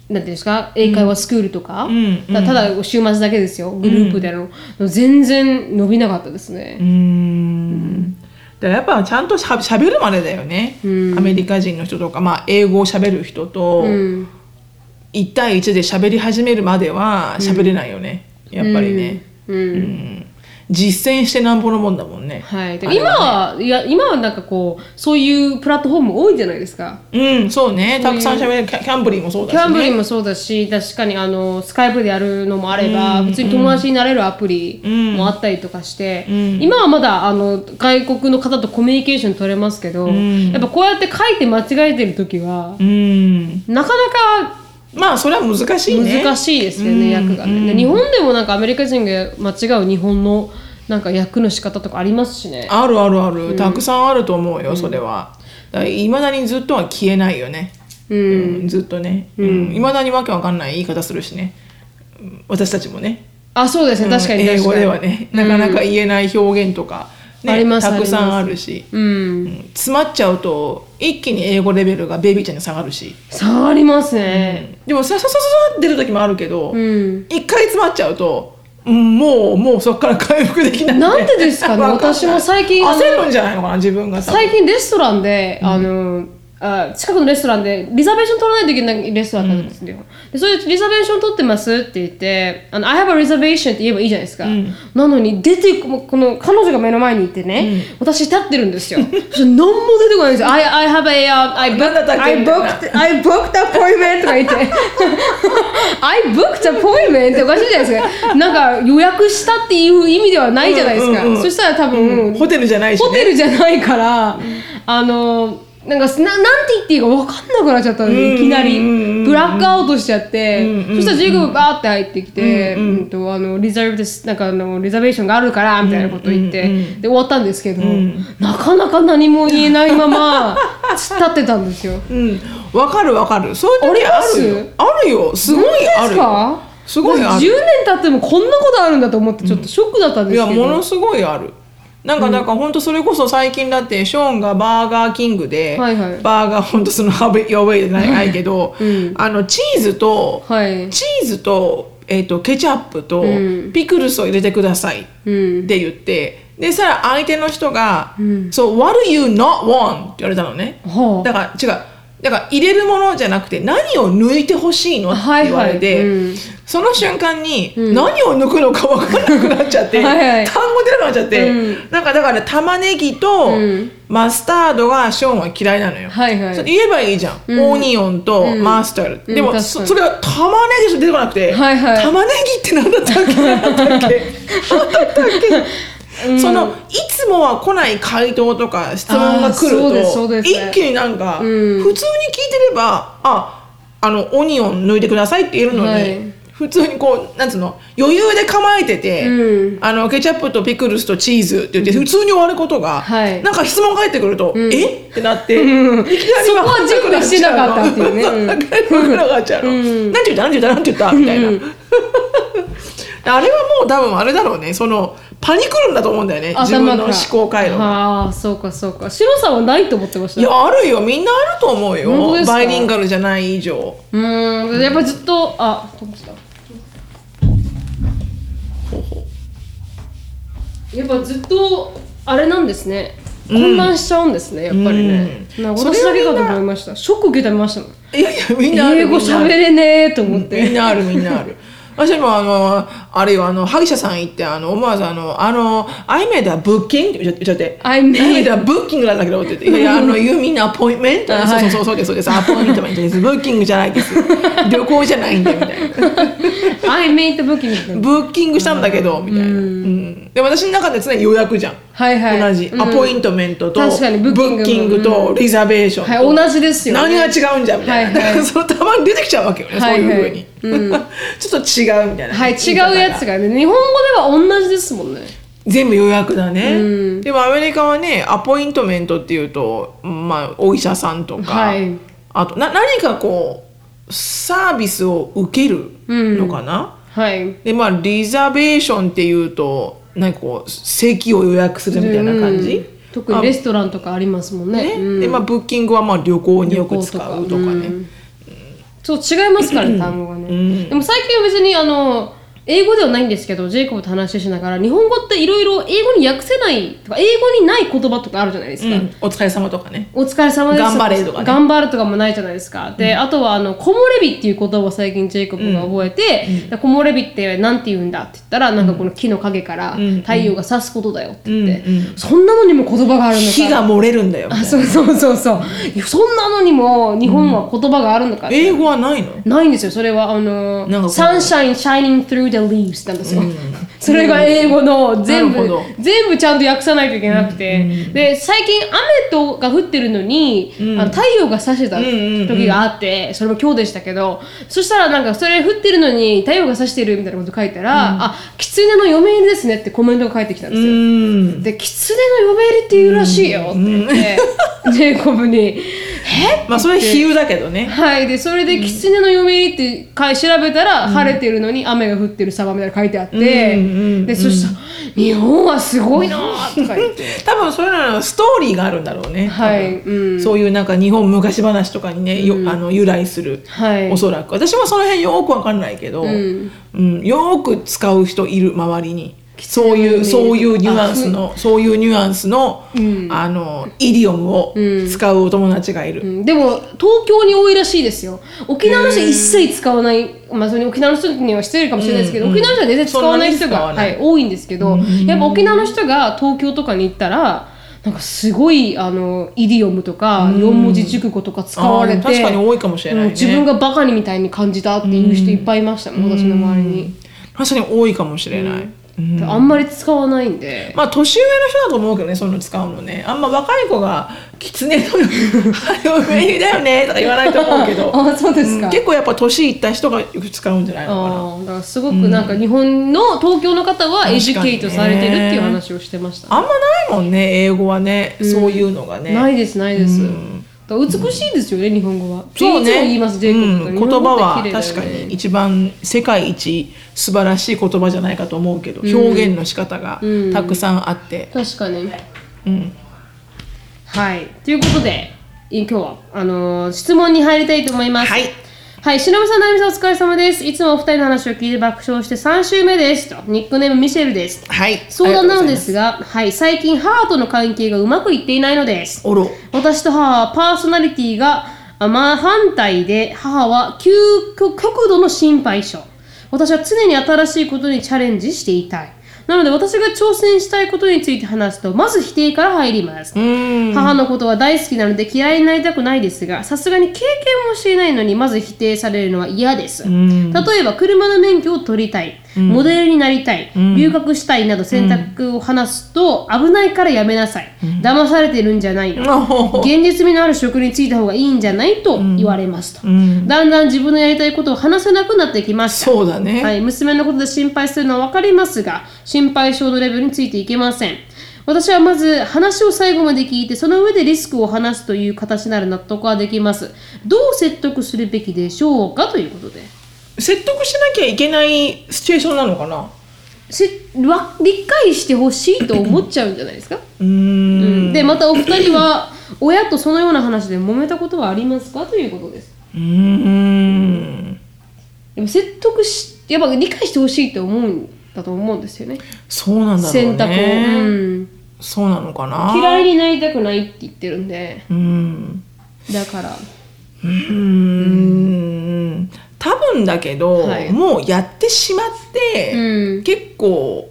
なんていうんですか英会話スクールとか,、んただ週末だけですよグループでの、全然伸びなかったですねうーんだからやっぱちゃんとしゃ喋るまでだよね、アメリカ人の人とか、まあ、英語を喋る人と、うん1対1で喋り始めるまでは喋れないよね、やっぱりね、うん、うん実践してなんぼのもんだもんねはい、だから今はいや今はなんかこうそういうプラットフォーム多いじゃないですかうんそうねたくさん喋れるキャキャンブリーもそうだし、キね、ャンブリーもそうだし確かにあのスカイプでやるのもあれば、普通に友達になれるアプリもあったりとかして、今はまだあの外国の方とコミュニケーション取れますけど、やっぱこうやって書いて間違えてる時は、うんなかなかまあそれは難しいね難しいですよね役がね、で日本でもなんかアメリカ人が間違う日本のなんか役の仕方とかありますしねあるあるあるたくさんあると思うよ、それはいまだにずっとは消えないよね、うんうんずっとねいま、うん未だにわけわかんない言い方するしねうん私たちもねあそうですね確かに確かに英語ではねなかなか言えない表現とか、あねりますたくさんああるしうん詰まっちゃうと一気に英語レベルがベイビーちゃんに下がるし、下がりますねでもさささささって出る時もあるけど、うん一回詰まっちゃうとうんもうもうそこから回復できない、なんでですかねわんない私も最近あの焦るんじゃないのかな自分がさ最近レストランで、あのあ近くのレストランでリザベーション取らないといけないレストランなんですよ、でそれでリザベーション取ってますって言ってあの I have a reservation って言えばいいじゃないですか、なのに出てここの彼女が目の前にいてね、私立ってるんですよ そしたら何も出てこないんですよ I, I have a、uh, I なんだったっ booked け I み booked たいな I booked appointment とか言って I booked appointment っておかしいじゃないですかなんか予約したっていう意味ではないじゃないですか、うんうんうんそしたら多分、ホテルじゃないし、ね、ホテルじゃないから、あのなんかすななんて言っていいか分かんなくなっちゃったのでいきなりうんうんうんうんブラックアウトしちゃって、そしたら授業がバーって入ってきて、うんとあのリザーブですなんかあのリザベーションがあるからみたいなこと言って、うんうんで終わったんですけど、なかなか何も言えないま ま突っ立ってたんですよ。うんわかるわかるそういう時あるありよますあるよすごいあ本当でるすよかすごいある10年経ってもこんなことあるんだと思ってちょっとショックだったんいですやけど、ものすごいあるなんかなんか本当それこそ最近だってショーンがバーガーキングで、はいはいバーガー本当そのハブヨウェイじゃないけど、うんあのチーズと、はい、チーズと,、えー、とケチャップとうんピクルスを入れてくださいっうんて言って、でさら相手の人が「んそう What do you not want?」って言われたのねほうだから違うだから入れるものじゃなくて何を抜いてほしいのってはい言わはいれて、うんその瞬間にうん何を抜くのか分からなくなっちゃってはいはい単語出なくなっちゃって、うなんかだから玉ねぎとうんマスタードがショーンは嫌いなのよ、はいはそれい言えばいいじゃん、うんオニオンとマスタード、うんでうもん確かそにそれは玉ねぎしか出てこなくて、はいはい玉ねぎって何だったっけ何だったっけ何だったっ け、そのいつもは来ない回答とか質問が来るあーそうですそと、うです一気になんか、うん普通に聞いてればああのオニオン抜いてくださいって言えるのに、はい普通にこうなんつうの余裕で構えてて、うんあのケチャップとピクルスとチーズって言って普通に終わることが、はいなんか質問返ってくると、んえってなって、いきなりそこは準備してなかったっていうねうん分かんなくなっちゃうの。うんなんて言ったなんて言ったなんて言ったみたいな。あれはもう多分あれだろうねそのパニクるんだと思うんだよね自分の思考回路が。ああーそうかそうか白さんはないと思ってましたいやあるよみんなあると思う本当ですよかバイリンガルじゃない以上うーんやっぱずっとあどうしたほうほやっぱずっとあれなんですね混乱しちゃうんですね、やっぱりね、うんなんかそれ私はだけかと思いましたショック受けてましたもんういやいやみんなある英語喋れねえと思って、みんなあるみんなある。私もあの、あれよ、あの、歯医者さん行って、あの、思わずあの、あの、I made a booking って言っちゃって。 I made- a booking なんだけどって言って。いやいや、あの、you mean appointment? あそうはそういそう、そうです、そうです。アポイントメントです。ブッキングじゃないです。旅行じゃないんで、みたいな。 I made the booking みたいなブッキングしたんだけど、みたいな。うん。で、私の中で常に予約じゃん。はいはい同じ。うんアポイントメントと、確かにブッキングもブッキングと、リザベーションと。はい同じですよ、何ね、が違うんじゃんみたはいはいな、いだ からそのたまに出てきちゃうわけよね、はいはいそういうふうに、 ちょっと違うみたいな、はい違うやつががね日本語では同じですもんね全部予約だね、うんでもアメリカはねアポイントメントっていうと、まあ、お医者さんとか、はいあとな何かこうサービスを受けるのかな、はいでまあリザベーションっていうとなんかこう席を予約するみたいな感じ、うん特にレストランとかありますもんねねうんでまあ、ブッキングはまあ旅行によく使うとかね旅行とかうんそう違いますからね単語がね、んでも最近は別にあの英語ではないんですけどジェイコブと話しながら日本語っていろいろ英語に訳せないとか英語にない言葉とかあるじゃないですか、うんお疲れ様とかねお疲れ様です頑張れとかね頑張るとかもないじゃないですかで、あとはあの木漏れ日っていう言葉を最近ジェイコブが覚えて、で木漏れ日ってなんて言うんだって言ったらなんかこの木の陰からん太陽が差すことだよって言って、うんそんなのにも言葉があるのか火が漏れるんだよみたいあなそうそうそうそういやそんなのにも日本は言葉があるのかって英語はないのないんですよそれはあのなんかこうサンシャイン shining through the leaves なんですよ、 それが英語の全部なるほど全部ちゃんと訳さないといけなくて、で最近雨とが降ってるのに、あの太陽が差してた時があって、それも今日でしたけどそしたらなんかそれ降ってるのに太陽が差してるみたいなこと書いたら、あ狐の嫁入りですねってコメントが返ってきたんですよ、うんで狐の嫁入りっていうらしいよって言って、ジェイコブに「えまあそれ比喩だけどねはい、でそれで「狐の嫁入り」ってかい調べたら、晴れてるのに雨が降ってるサバみたいなの書いてあって、うんうんでそしたら、日本はすごいな」とか言って多分 そういうのはストーリーがあるんだろうね、はい、多分うん、そういうなんか日本昔話とかにね、よあの由来する、はいおそらく私もその辺よくわかんないけど、んうんよく使う人いる周りにそういうそういうニュアンスのそういうニュアンスの、あのイディオムを使うお友達がいる、うんでも東京に多いらしいですよ沖縄の人一切使わない、まあ、それに沖縄の人には失礼かもしれないですけど、沖縄の人は全然使わない人そんなに使が、わなはいい、多いんですけど、やっぱ沖縄の人が東京とかに行ったらなんかすごいあのイディオムとか四文字熟語とか使われて、あー確かに多いかもしれないねうん自分がバカにみたいに感じたっていう人いっぱいいましたもん、私の周りに、確かに多いかもしれない、うんあんまり使わないんで、まあ年上の人だと思うけどねそういうの使うのねあんま若い子が「狐の嫁入りだよね」とか言わないと思うけどあ そうですか、うん結構やっぱ年いった人がよく使うんじゃないのかなあーだからすごくなんか日本の東京の方はエデュケートされてるっていう話をしてましたあんまないもんね英語はね、そういうのがねないですないです、だから美しいですよね、日本語はそういつもね言いますジェイコブうん君言葉は日本語って確綺麗かだよねに一番世界一素晴らしい言葉じゃないかと思うけど、表現の仕方がたくさんあって、確かにうんはいということでい今日はあのー質問に入りたいと思いますはいはい、しのぶさん、なゆみさん、お疲れ様です。いつもお二人の話を聞いて爆笑して3週目です。と、ニックネームミシェルです。はい相談なんですがが、はい、最近母との関係がうまくいっていないのです。おろ私と母はパーソナリティがあまあ反対で、母は究極極度の心配性。私は常に新しいことにチャレンジしていたい。なので私が挑戦したいことについて話すと、まず否定から入ります。うん母のことは大好きなので嫌いになりたくないですがさすがに経験もしていないのにまず否定されるのは嫌です、ん例えば車の免許を取りたい、モデルになりたい、留学したいなど選択を話すと危ないからやめなさい、騙されてるんじゃないの、お 現実味のある職に就いた方がいいんじゃないと言われますと、うんだんだん自分のやりたいことを話せなくなってきましたそうだね、はい、娘のことで心配するのは分かりますが心配性のレベルについていけません私はまず話を最後まで聞いてその上でリスクを話すという形なら納得はできますどう説得するべきでしょうかということで説得しなきゃいけないシチュエーションなのかなせわ理解してほしいと思っちゃうんじゃないですか、うーんうん、でまたお二人は親とそのような話で揉めたことはありますかということですうーんでも説得しやっぱ理解してほしいと思うんだと思うんですよねそうなんだろうね選択を、うん、そうなのかな嫌いになりたくないって言ってるんでうんだからうーん多分だけど、はいもうやってしまって、うん結構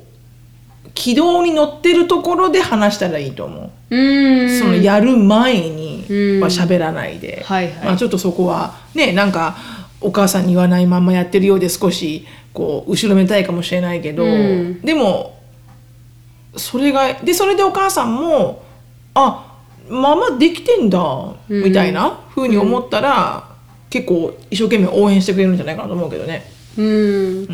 軌道に乗ってるところで話したらいいと思う、うんそのやる前にうんは喋らないで、はいはいまあ、ちょっとそこはねなんかお母さんに言わないまんまやってるようで少しこう後ろめたいかもしれないけど、うんでもそれがでそれでお母さんもあママできてんだうんみたいなふうに思ったら、結構一生懸命応援してくれるんじゃないかなと思うけどね。うんうん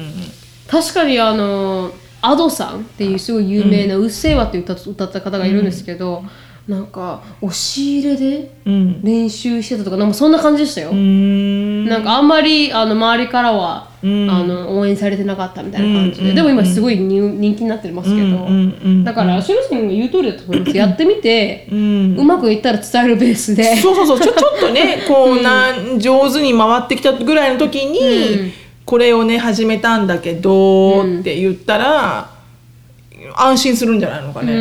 確かにあのアドさんっていうすごい有名な「うっせぇわ」っていう歌歌った方がいるんですけど、なんか押し入れでうん練習してたとかなんかそんな感じでしたよ、うーんなんかあんまりあの周りからは、うんあの応援されてなかったみたいな感じで、うんでも今すごいに人気になってますけど、うんうんうんだからしゅさんが言う通りだと思いますやってみて、ううんまくいったら伝えるベースでそうそうそうちょちょっとねこうなん上手に回ってきたぐらいの時に、うんこれをね始めたんだけど、って言ったら安心するんじゃないのかうね、ん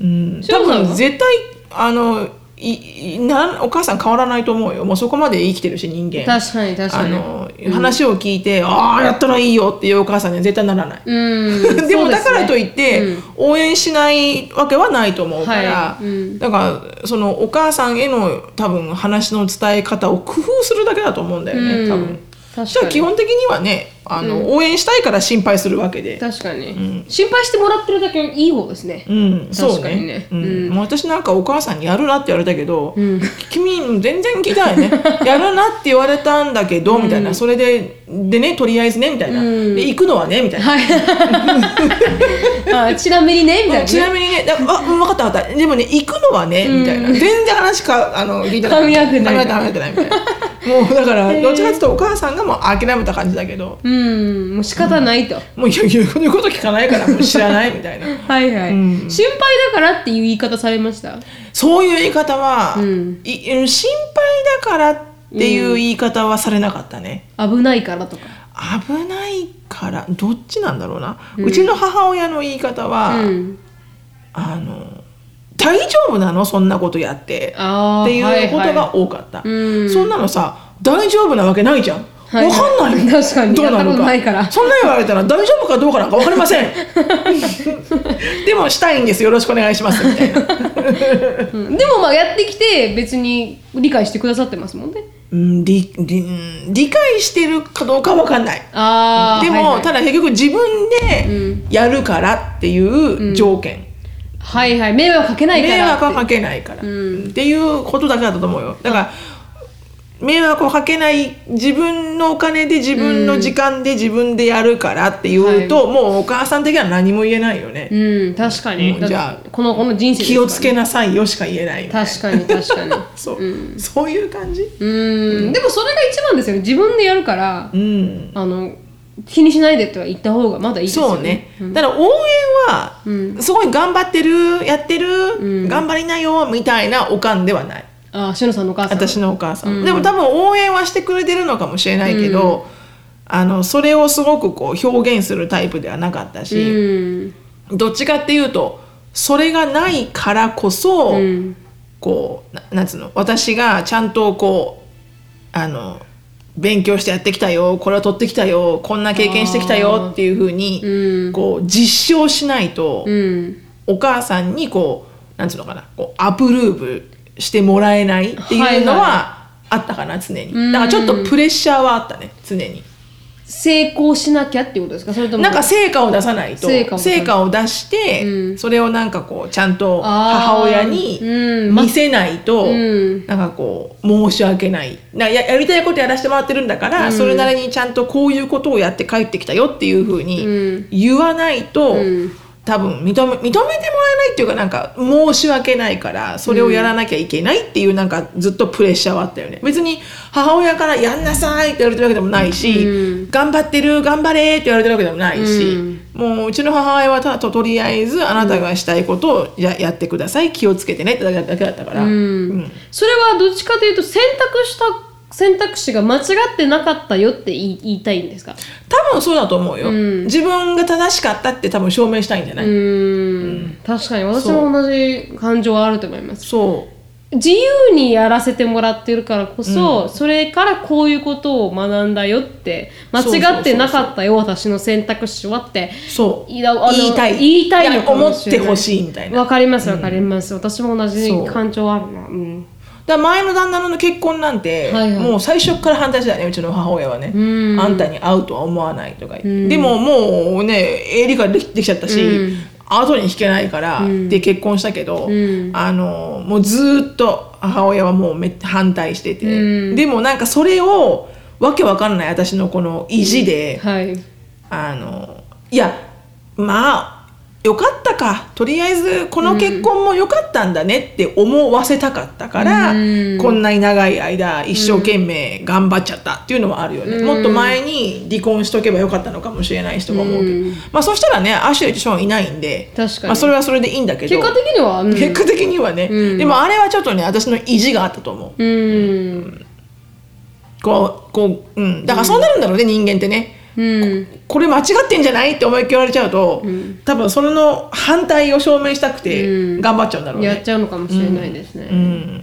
うんそう多なの分絶対あのいいなんお母さん変わらないと思うよもうそこまで生きてるし人間確かに確かにあの、話を聞いて「ああやったらいいよ」っていうお母さんには絶対ならない、うんでもだからといいって、応援しないわけはないと思うから、はいうんだからそのお母さんへの多分話の伝え方を工夫するだけだと思うんだよね、多分。じゃあ基本的にはねあの、応援したいから心配するわけで。確かに、心配してもらってるだけいい方ですね、うん、そう確かにねうんうんもう私なんかお母さんにやるなって言われたけど、ん君全然聞いてない ねやるなって言われたんだけど、みたいなそれででねとりあえずねみたいな、うんで行くのはねみたいな、あちなみにねみたいな、ね、ちなみにね、だあ、うん分かった分かった。でもね、行くのはね、みたいな。全然話か、あの、聞いてない。噛み合ってない噛み合ってない、みたいな。もう、だから、どっちかっていうと、お母さんがもう諦めた感じだけど、うんもう仕方ないと、もう、いや言う言うこと聞かないから、もう知らない、みたいな。はいはい、心配だからっていう言い方されましたそういう言い方は、うんいうん心配だからっていう言い方はされなかったね。危ないからとか危ないから、どっちなんだろうな。うちの母親の言い方は、うんあの、大丈夫なのそんなことやって。ああっていうことはが多かった、うんそんなのさ大丈夫なわけないじゃん、はいわかんないよ確かにどうなやったのことかないからそんな言われたら大丈夫かどうかなんかわかり ませんでもしたいんですよろしくお願いしますみたいな、 いはいうんでもまあやってきて別に理解してくださってますもんねうん、理理うん理解してるかどうかわかんないああでも、はいはい、ただ結局自分でやるからっていう条件、はいはい迷惑かけないから迷惑はかけないから、っていうことだけだったと思うよだから迷惑をかけない自分のお金で自分の時間で自分でやるからっていうと、もうお母さん的には何も言えないよね、うん確かに、もうじゃあだってこのこの人生です気からをつけなさいよしか言えないよね確かに確かに そう、そういう感じうーんでもそれが一番ですよね自分でやるから、うんあの気にしないでとは言った方がまだいいですよそうね、だから応援は、すごい頑張ってるやってる、頑張りなよみたいなおかんではないああしのさんのお母さん私のお母さん、うんでも多分応援はしてくれてるのかもしれないけど、あのそれをすごくこう表現するタイプではなかったうし、んどっちかっていうとそれがないからこそ、うんこうななんつうの私がちゃんとこうあの勉強してやってきたよこれを取ってきたよこんな経験してきたよっていうふうに、うんこう実証しないと、うんお母さんにこうなんつうのかなこうアプローブしてもらえないっていうのはいはあったかな常にうんだからちょっとプレッシャーはあったね常に成功しなきゃってことですかそれともなんか成果を出さないと成果を出さない成果を出して、うんそれをなんかこうちゃんとあー母親にうん見せないと、うんなんかこう申し訳ないなんかややりたいことやらせてもらってるんだから、うんそれなりにちゃんとこういうことをやって帰ってきたよっていうふううにん言わないと、うん多分認め認めてもらえないっていうかなんか申し訳ないからそれをやらなきゃいけないっていうなんかずっとプレッシャーはあったよね別に母親から「やんなさい」って言われてるわけでもないし「うん頑張ってる頑張れ」って言われてるわけでもないし、もううちの母親はただととりあえずあなたがしたいことをややってください気をつけてねってだけだけだったから、うんそれはどっちかというと選択した選択肢が間違ってなかったよって言い言いたいんですか多分そうだと思うよ、うん自分が正しかったって多分証明したいんじゃなうい、ん確かに私も同じ感情はあると思いますそう自由にやらせてもらってるからこそ、それからこういうことを学んだよって間違ってなかったよ私の選択肢はってそういやあの言いたい言いたいのか思もっしれてないほしいみたいなわかりますわかります、私も同じ感情あるなうんだから前の旦那の結婚なんて、はいはいもう最初から反対してたねうちの母親はね、うんあんたに会うとは思わないとか言って、うんでももうね理解できできちゃったし、うん後に引けないから、うんで結婚したけど、うんあのもうずーっと母親はもうめ反対してて、うんでもなんかそれをわけわかんない私のこの意地で、はいあのいやまあよかったかとりあえずこの結婚もよかったんだねって思わせたかったから、うんこんなに長い間一生懸命頑張っちゃったっていうのはあるよね、うんもっと前に離婚しとけばよかったのかもしれない人も思うけど、うんまあそしたらねアシュレイとショーンいないんで確かにまあ、それはそれでいいんだけど結果的には、うん、結果的にはね、うんでもあれはちょっとね私の意地があったと思ううんこうこう、うん、だからそうなるんだろうね、人間ってねうんこれ間違ってんじゃないって思いっきり言われちゃうと、ん多分それの反対を証明したくうてん頑張っちゃうんだろうやっね。ちゃうのかもしれないですね、う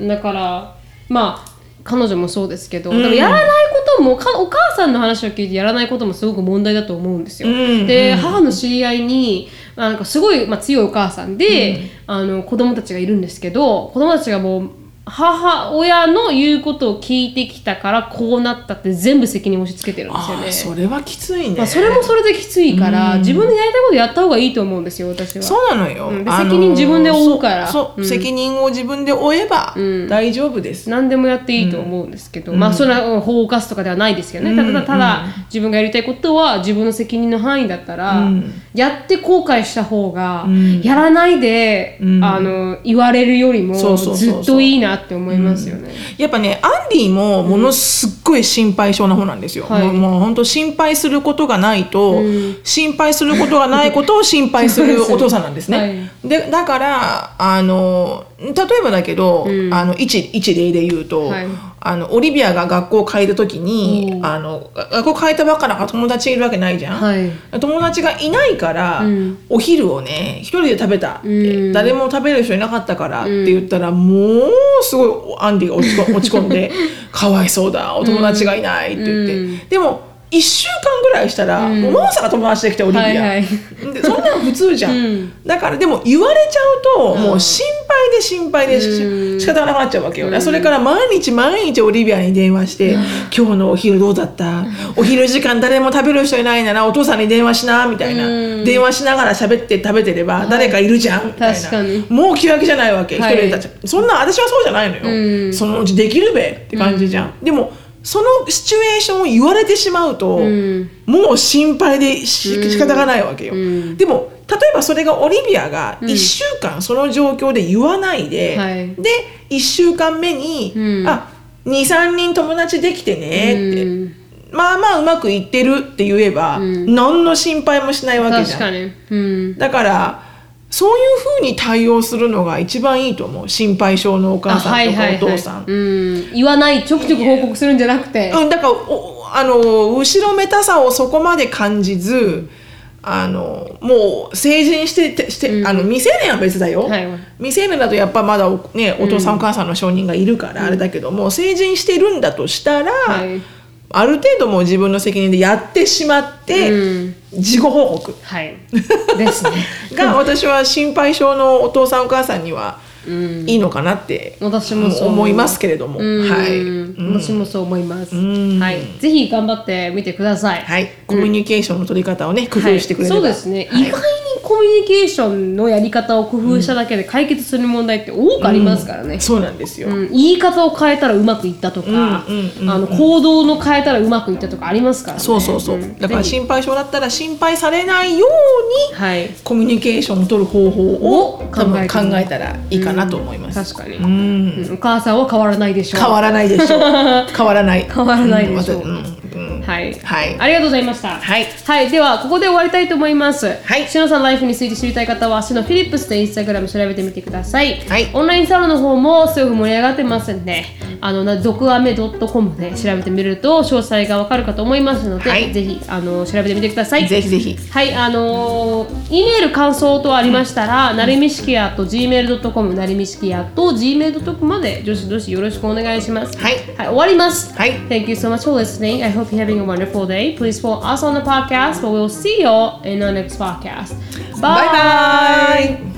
んだからまあ彼女もそうですけど、んでもやらないこともかお母さんの話を聞いてやらないこともすごく問題だと思うんですよ、うんで母の知り合いにまあなんかすごい、まあ、強いお母さんで、あの子供たちがいるんですけど子供たちがもう母親の言うことを聞いてきたからこうなったって全部責任を押し付けてるんですよあねあそれはきついね。まあ、それもそれできついから、自分でやりたいことやった方がいいと思うんですよ私はそうなのよ、うんであのー責任自分で負うからそうそううん責任を自分で負えばうん大丈夫です、何でもやっていいと思うんですけど、まあそれはうん法を犯すとかではないですけどね、ただただ自分がやりたいことは自分の責任の範囲だったら、うんやって後悔した方が、うんやらないで、うんあの言われるよりもそうそうそうずそうっといいなって思いますよね。やっぱねアンディもものすっごい心配性な方なんですよ、はいもうもう本当心配することがないと、うん心配することがないことを心配するお父さんなんですね、はいでだからあの例えばだけど、うんあの一一例で言うと、はいあのオリビアが学校を変えた時に、うんあの学校変えたばっかだから友達いるわけないじゃん、はい友達がいないから、うんお昼をね一人で食べたって、うん誰も食べる人いなかったからって言ったら、もうすごいアンディが落 ちこ落ち込んで「かわいそうだお友達がいない」って言って、うんでも1週間ぐらいしたら、うんもうまさか友達できてオリビア、はいはいでそんなの普通じゃん、うんだからでも言われちゃうと、うんもう心配で心配でし、うん仕方がなくなっちゃうわけよね、うんそれから毎日毎日オリビアに電話して「今日のお昼どうだったお昼時間誰も食べる人いないならお父さんに電話しな」みたいな、うん電話しながら喋って食べてれば誰かいるじゃん、みたいな確かにもう気分けじゃないわけ一はい人で立っちゃうそんな私はそうじゃないのよ、うんそのうちできるべって感じじゃん、でもそのシチュエーションを言われてしまうと、うんもう心配でしうん仕方がないわけよ、うんでも例えばそれがオリビアがうん1週間その状況で言わないで、はいで1週間目に「うんあ23人友達できてね」って、うんまあまあうまくいってる」って言えば、うん何の心配もしないわけじ確ゃかん。に、うんだからそういうふうに対応するのが一番いいと思う心配性のお母さんとかお父さん。うん、言わないちょくちょく報告するんじゃなくて、うん、だからおあの後ろめたさをそこまで感じずあのもう成人しててして、あの未成年は別だよ、はい未成年だとやっぱまだお,、ね、お父さん、お母さんの承認がいるからあれだけども成人してるんだとしたら、はいある程度もう自分の責任でやってしまって、うん事後報告はいですねが私は心配性のお父さんお母さんにはうんいいのかなって私もそう思いますけれども、うん はい、うん私もそう思います、うんはい、ぜひ頑張ってみてください、はい、コミュニケーションの取り方をね、工夫してくれれば、はい、そうですね、意外にコミュニケーションのやり方を工夫しただけで解決する問題って多くありますからね、そうなんですよ、うん言い方を変えたらうまくいったとか、うんうんうんうんあの行動の変えたらうまくいったとかありますからねそうそうそう、んだからぜひ心配性だったら心配されないようにはいコミュニケーションを取る方法をを考えて多分考えたらいいかなと思います、確かに、うんうんお母さんは変わらないでしょう変わらないでし ょう変わらない変わらないでしょうん私うんうんはい、はいありがとうございましたはいはい、ではここで終わりたいと思います。はいしのさんライフについて知りたい方は、しのフィリップスでインスタグラム調べてみてください。はいオンラインサロンの方もすごく盛り上がってますんで、あのな毒アメドットコムで調べてみると詳細がわかるかと思いますので、はいぜひあの調べてみてください。ぜひぜひはい、あのー、E メール感想とありましたら、なるみしきやと gmail.com、なるみしきやと gmail.com まで、どしどしよろしくお願いします。はいはい、終わります。はい Thank you so much for listening. I hope you're having a wonderful day. Please follow us on the podcast, but we'll see you all in our next podcast. バイバイ